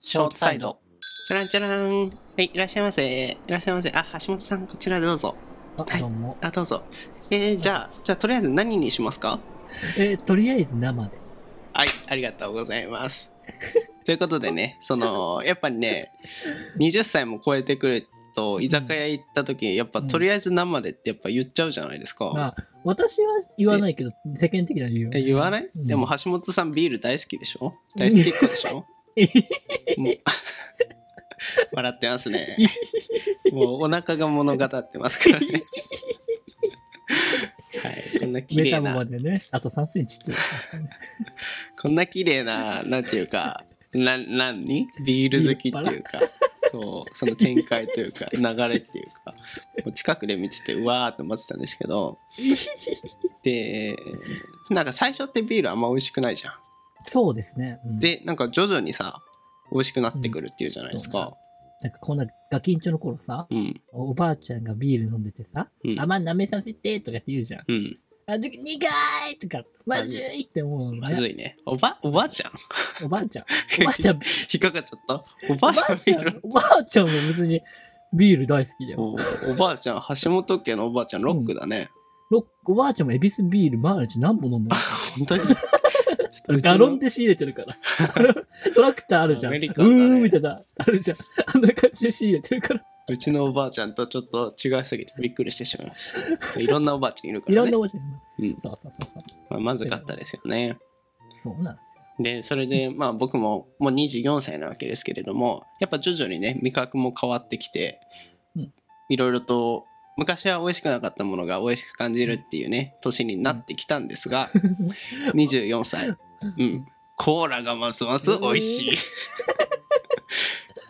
ショートサイド。チャランチャラン。はい、いらっしゃいませ。いらっしゃいませ。あ、橋本さん、こちらどうぞ。あ、はいどうも。あ、どうぞ。えー、じゃあ、じゃあ、とりあえず何にしますかえーとりあえず生で。はい、ありがとうございます。 ということでね、その、やっぱりね、20歳も超えてくると、居酒屋行った時、やっぱ、うんとりあえず生でってやっぱ言っちゃうじゃないですか。まあ、私は言わないけど、世間的な理由。え、言わない、うんでも、橋本さんビール大好きでしょ大好きっ子でし ょもう 笑ってま すね。もうお腹が物語ってますからね。はい、こんな綺メタ麗ボなま、でね、あと3センチって言ってますからね。こんな綺麗な、なんていうか、な、なんにビール好きっていうか、そう、その展開というか、流れっていうか、もう近くで見てて、うわーって思ってたんですけど、で、なんか最初ってビールあんま美味しくないじゃん。そうですね。うん、でなんか徐々にさ美味しくなってくるっていうじゃないですか、なんかこんなガキンチョの頃さ、うん、おばあちゃんがビール飲んでてさ、うんあんま舐めさせてとかって言うじゃん。うん、あの時、苦いとか、まずいって思うのまね。ずいねおばおばあちゃんおばあちゃん。おばあちゃん、 引っかかっちゃったおおばあちゃんビールおばあちゃんも別にビール大好きだよ。おおばあちゃん橋本家のおばあちゃんロックだね、ロックおばあちゃんもエビスビール毎日何本飲んでる本当にちょっとうちの ガロンで仕入れてるから。 トラクターあるじゃん。アメリカうンだねーんみたいな、あるじゃん。あんな感じで仕入れてるから。うちのおばあちゃんとちょっと違いすぎてびっくりしてしまいましたいろんなおばあちゃんいるかいらろねんなおばあちゃんがうんそうそうそうそう。まあ、まずかったですよねそうなんですよ。でそれでまあ僕ももう24歳なわけですけれどもやっぱ徐々にね味覚も変わってきてうんいろいろと昔は美味しくなかったものが美味しく感じるっていうね年になってきたんですが24歳うんコーラがますます美味しい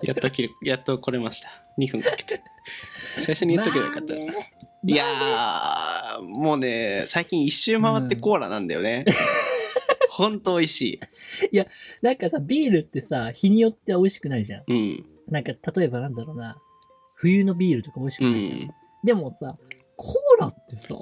やっと切るやっと来れました2分かけて最初に言っとけばよかったまあねいやーもうね最近一周回ってコーラなんだよ ね、ほんと美味しなんかさ、ビールってさ、日によっては美味しくないじゃん。いうんなんか、例えばなんだろうな。冬のビールとか美味しくうないじゃん。んでもさ、コーラってさ、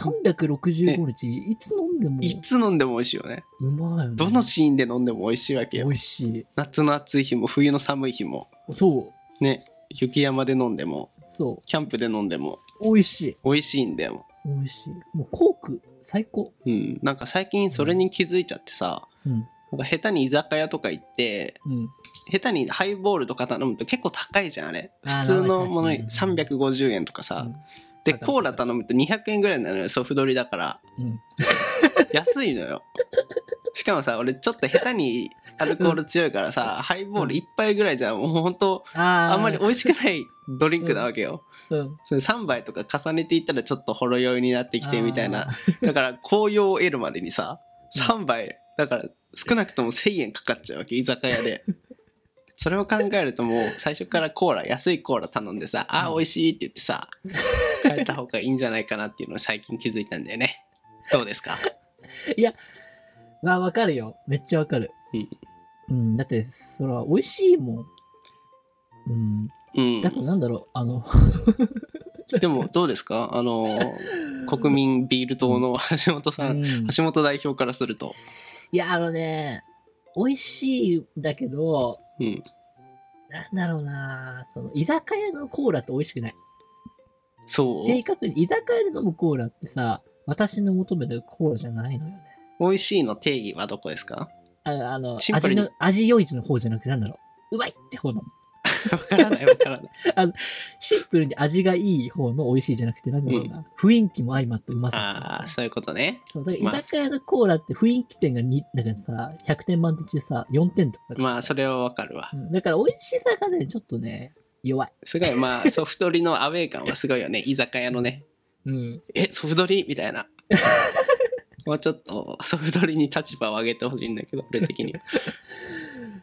365日、いつ飲んでもいつ飲んでも美味しいよね。うまいよね。どのシーンで飲んでも美味しいわけ美よ。味し夏の暑い日も冬の寒い日も、い。そう。ね、雪山で飲んでも、そキャンプで飲んでも、う。美味しい。美味しいんだよ。美味しい。もうコーク、最高。うん。なんか最近それに気づいちゃってさ、うん。なんか下手に居酒屋とか行って、うん。下手にハイボールとか頼むと結構高いじゃん、あれ。あー普通のもの高いにですね350円とかさ。で、高いコーラ頼むと200円ぐらいなのよ、ソフドリだから。うん。 安いのよ。しかもさ、俺ちょっと下手にアルコール強いからさ、ハイボール1杯ぐらいじゃもうほんと、あーあんまり美味しくないドリンクなわけよ。うん。それ3杯とか重ねていったらちょっとほろ酔いになってきてみたいな。だから紅葉を得るまでにさ、3杯、だから少なくとも1000円かかっちゃうわけ、居酒屋で。 それを考えるともう最初からコーラ、安いコーラ頼んでさ、あー、美味しいって言ってさ、帰った方がいいんじゃないかなっていうのを最近気づいたんだよね。どうですかまあ、わかるよ。めっちゃわかる。うん。だって、そら、美味しいもん。うん。うんだ。からなんだろう、あの、でもどうですかあの、国民ビール党の橋本さん、うん橋本代表からすると。いや、あのね、美味しいんだけど、うん。なんだろうなその、居酒屋のコーラって美味しくない。そう。正確に、居酒屋で飲むコーラってさ、私の求めてるコーラじゃないのよね。美味しいの定義はどこですかああの、シンプル味にの、味良いちの方じゃなくて、なんだろう。うまいって方の。わからないわからない。シンプルに味がいい方の美味しいじゃなくて、なんだろうな。雰囲気も相まってうまあさっていうあ、か。そういうことね。そう、だから居酒屋のコーラって雰囲気点がに、だからさ、100点満点中さ、4点とか。まあ、それはわかるわう。んだから美味しさがね、ちょっとね、弱い。すごい、まあ、ソフトリのアウェイ感はすごいよね。居酒屋のね。うん。え、ソフトリみたいな。もうちょっとソフトリに立場を上げてほしいんだけど、俺的には。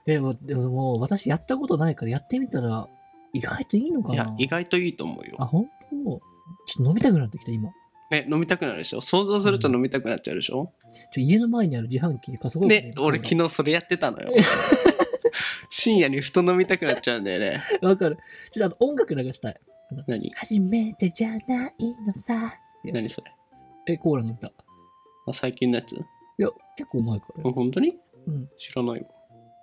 でも、でももう私やったことないからやってみたら、意外といいのかいなや、意外といいと思うあ、よ。本当ちょっと飲みたくなってきた、今。え、飲みたくなるでしょ想像すると飲みたくなっちゃうでしょ、ちょ、家の前にある自販機かすごいね、俺昨日。日それやってたのよ。深夜にふと飲みたくなっちゃうんだよね。わかる。ちょっとあの音楽流したい。何初めてじゃないのさ。何それえ、コーラ飲んだ。あ最近のやついや、結構前からよ。あ本当にうん。知らないわ。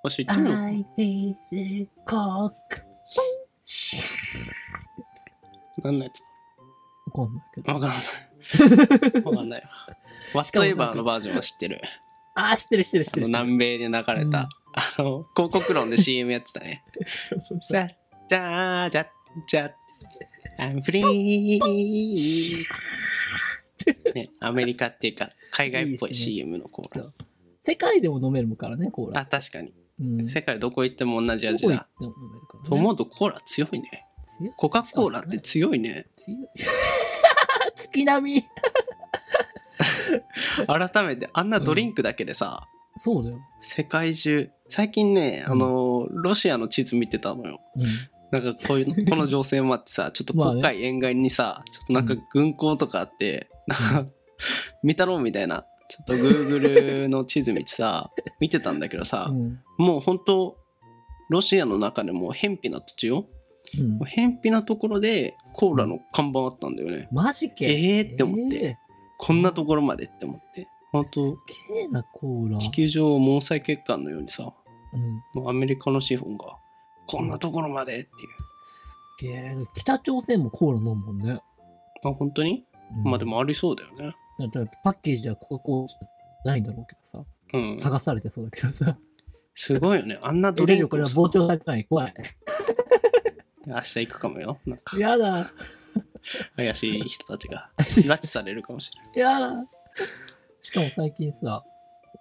あ、知ってみよう。 I need a cock. シャ何のやつーわかんないけど。わかんない。わかんないわ。ワストエバーのバージョンは知ってる。あー、知ってる知ってる知っあてるの知ってる。南米で流れた、うんあの広告論で CM やってたね。そう そうそうじゃじゃーじゃじゃ I'm free ね、アメリカっていうか海外っぽいいいですね CM のコーラ。世界でも飲めるからね、コーラ。あ確かにうん。世界どこ行っても同じど味こ行っだ。ても飲めるから、ね。と思うとコーラ強いね。強いコカ・コーラって強いね。強い。 月並み。改めてあんなドリンクだけでさ、そうだよ。世界中最近ね、あのロシアの地図見てたのよ。うん。なんかこういう のこの情勢もあってさちょっと黒まあ海沿岸にさ、ちょっとなんか軍港とかあって、なんか見たろうみたいなちょっと Google の地図見 てさ見てたんだけどさう、ん。もう本当ロシアの中でも偏僻な土地ようんもう、偏僻なところでコーラの看板あったんだよね、マジけ。えーって思ってこんなところまでって思って本すっ当げえな、コーラ。地球上を毛細血管のようにさうん。もうアメリカの資本がこんなところまでっていうすっげえ。北朝鮮もコーラ飲むもんね。あ本当に、うんまあで。もありそうだよねだってパッケージじゃコカ・コーラないんだろうけどさ。うん剥がされてそうだけどさ。すごいよね。あんなドどリれンよこクれをはさ膨張されてない。怖い。明日行くかもよ。なんか やだ。怪しい人たちがい拉致されるかもしれやだ。しかも最近さ、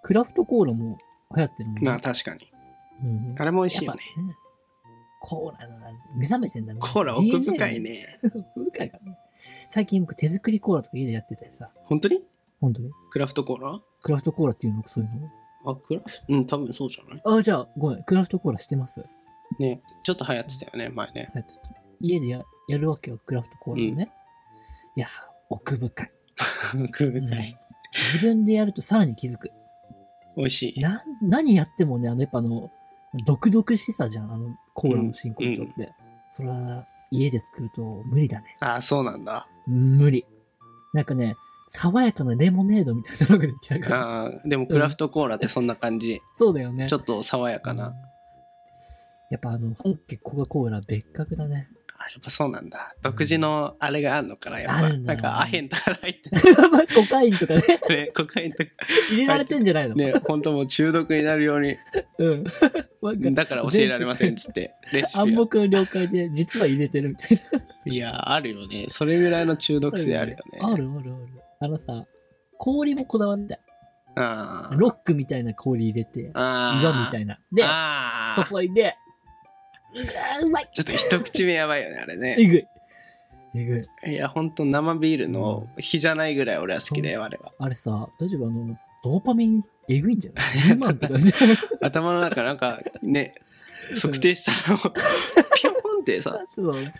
クラフトコーラも流行ってるもんない。まあ確かに。うんあれも美味しいやよっぱね。ねコーラの目覚めてんだねコーラ奥深い。ね。 DNA が奥深いからね。最近僕手作りコーラとか家でやっててさ、本当に本当にクラフトコーラクラフトコーラっていうのそういうあ、クラフトうん、多分そうじゃないのあ、じゃあごめん、クラフトコーラしてます。ね。ちょっと流行ってたよね、前ね。はい家でややるわけよ、クラフトコーラをね。いやー、奥深い。奥深い。自分でやるとさらに気づく。美味しい。な、何やってもね、あの、やっぱあの、独々しさじゃん、あの、コーラの真骨頂って。それは、家で作ると無理だね。あ、そうなんだ。無理。なんかね、爽やかなレモネードみたいなのが出来上がる。あーでもクラフトコーラってそんな感じ。そうだよね。ちょとっと爽やかな。。やっぱあの、本家コカ・コーラ別格だね。あ、やっぱそうなんだ。独自のあれがあるのかな、やっあぱ。るんだなんかアヘンとか入ってコカインと かね、て、ね、コカインとか。入れられてんじゃないの、ね、本当もう中毒になるように。うん。 わかだから教えられませんっつってレシ暗ピを黙の了解で、実は入れてるみたいいやあるよねそれぐらいの中毒性な。あるよねあるあるある。あのさ、氷もこだわんだよ。あーロックみたいな氷入れて、あ岩みたいいな。で、あー注いで、うわうまいちょっと一口目やばいよねあれえねぐい。えぐい。いやほんと生ビールの比じゃないぐらい俺は好きだよあれはあれさ、大丈夫あの、ドーパミンえぐいんじゃない ?10 万とかじゃない頭の中なんかね測定したら もうピョンってさそうだね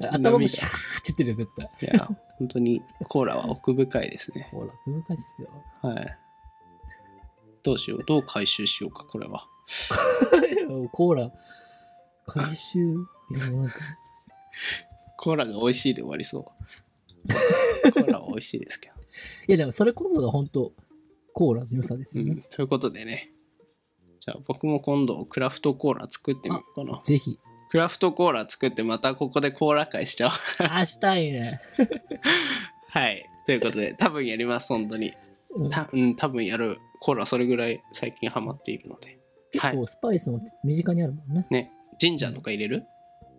あの頭も波シャーって言ってるよ、絶対。がいや本当にコーラは奥深いですねほら、難しいっすよ。はいどうしようどう回収しようかこれはコーラ、回収、いやなんか、コーラが美味しいで終わりそうコーラは美味しいですけどいやでもそれこそが本当コーラの良さです うよね。ん、ということでね。じゃあ僕も今度クラフトコーラ作ってみようかな。ぜひ。クラフトコーラ作ってまたここでコーラ会しちゃおう。 あ、したいね。はい。ということで多分やります、本当に。うんたうん、多分やる。コーラそれぐらい最近ハマっているので。結構スパイスも身近にあるもんね。ね。ジンジャーとか入れる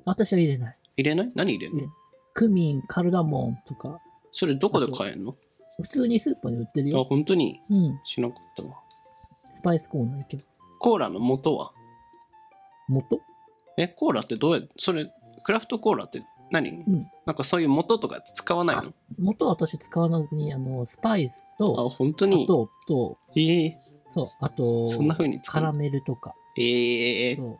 私は入れない。入れない何入れるの、ねクミン、カルダモンとか、それどこで買えんの普通にスーパーに売ってるあ、よ。本当にうん。知らなかったわ。スパイスコーナー行けば。コーラの元は元え、コーラってどうやそれ、クラフトコーラって何、んなんかそういう元とか使わないの元は私使わずに、あの、スパイスあ、と、本当砂に糖と、えー、そう、あと、そんな風に使カうのラメルとか、ええそう。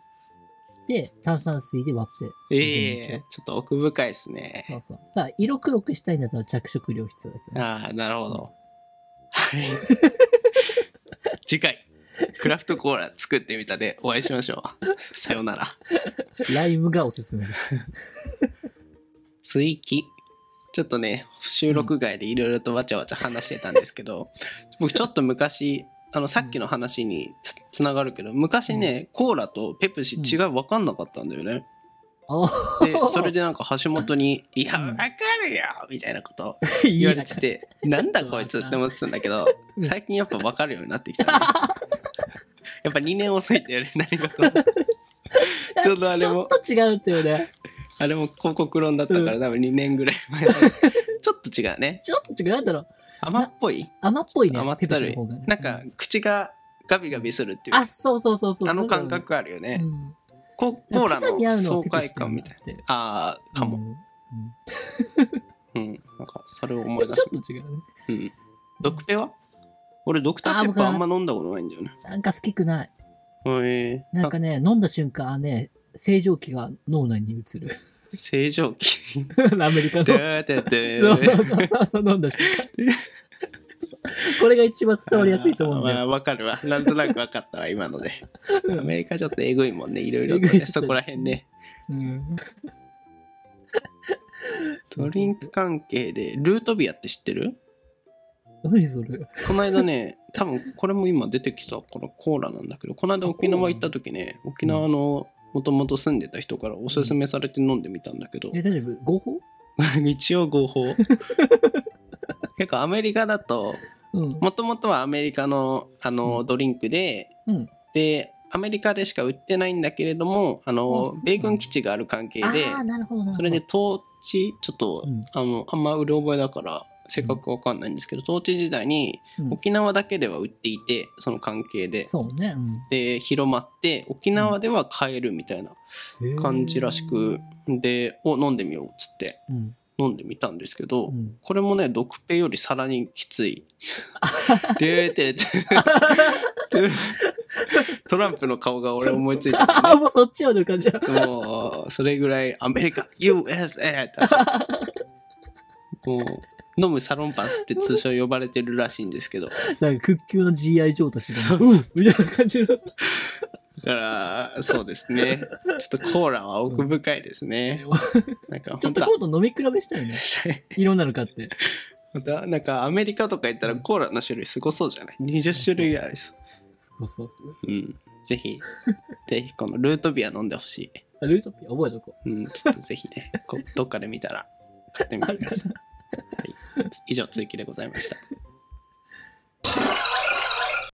で、炭酸水で割って。えその原液をえちょっと奥深いですそうね。そう。だから色黒くしたいんだったら着色料必要だけど、ね。ああ、なるほ ど。はい次回、クラフトコーラ作ってみたでお会いしましょう。さよなら。ライムがおすすめです。追記。ちょっとね、収録外でいろいろとわちゃわちゃ話してたんですけど、僕ちょっと昔、あのさっきの話につ,、ながるけど昔ね、コーラとペプシ違い分かんなかったんだよね、おでそれでなんか橋 本に「いやうん分かるよ」みたいなことい や言われてて「なんだこいつ」って思ってたんだけどうん最近やっぱ分かるようになってきた ね、やっぱ2年遅いんだよね何 かとちょうどあちれょっもと違うんだよね。あれも広告論だったから、う多分2年ぐらい前ちょっと違うねちょっと違う、なんだろう。甘っぽい甘っぽいね。甘っペプたシるのい方がねなんか、口がガビガビするっていうあ、そうそうそうそう。あの感覚あるよね、ココーラに合うのの爽快感みたいなな。あーかうも、んうんなんかそれをうん思でいもち出すょ、っと違うね。うん、ドクペは俺ドクターペッパーあんま飲んだことないんだよねなんか好きくない。へえなんかね、飲んだ瞬間ね、正常期が脳内に移る。正常期 アメリカの。ドそうゥードゥーそうドそうゥーそうそう、飲んだ瞬 間。これが一番伝わりやすいと思うんだあよ。ーまあわかるわなんとなくわかったわ今のでアメリカちょっとえぐいもんねいろいろえとぐいねちょっとそこら辺ねうんドリンク関係でルートビアって知ってる何それこの間 ね多分これも今出てきたからコーラなんだけどこの間沖縄行った時ね沖縄のもともと住んでた人からおすすめされて飲んでみたんだけど、え、大丈夫合法 一応合法結構アメリカだとうん。もともとはアメリカのあの、うんドリンクで、うんでアメリカでしか売ってないんだけれどもああそのうなんだ米軍基地がある関係あでーなるほどなるほどそれで、統治ちょっと、うんあのあんまうる覚えだから正確わかんないんですけど統治時代にうん沖縄だけでは売っていてその関係でそうね。うんで広まって沖縄では買えるみたいな感じらしく、でを飲んでみようっつってうん飲んでみたんですけど、うん、これもね毒ペよりさらにきついでててトランプの顔が俺思いついたああもうそっちを抜かじゃもうそれぐらいアメリカ USA って走ってもう飲むサロンパスって通称呼ばれてるらしいんですけどなんか屈強な GI 上たちそがうね、うんみたいな感じの。だからそうですねちょっとコーラは奥深いですね、なんかちょっ本と当は今度飲み比べしたいね。いろんなの買って。またなんかアメリカとか行ったらコーラの種類すごそうじゃない20種類ぐらいありそそううそうそう。うんぜひぜひこのルートビア飲んでほしあルートピア覚えとこいうんちょっとぜひねこどっかで見たら買ってみてください、はい、以上追記でございました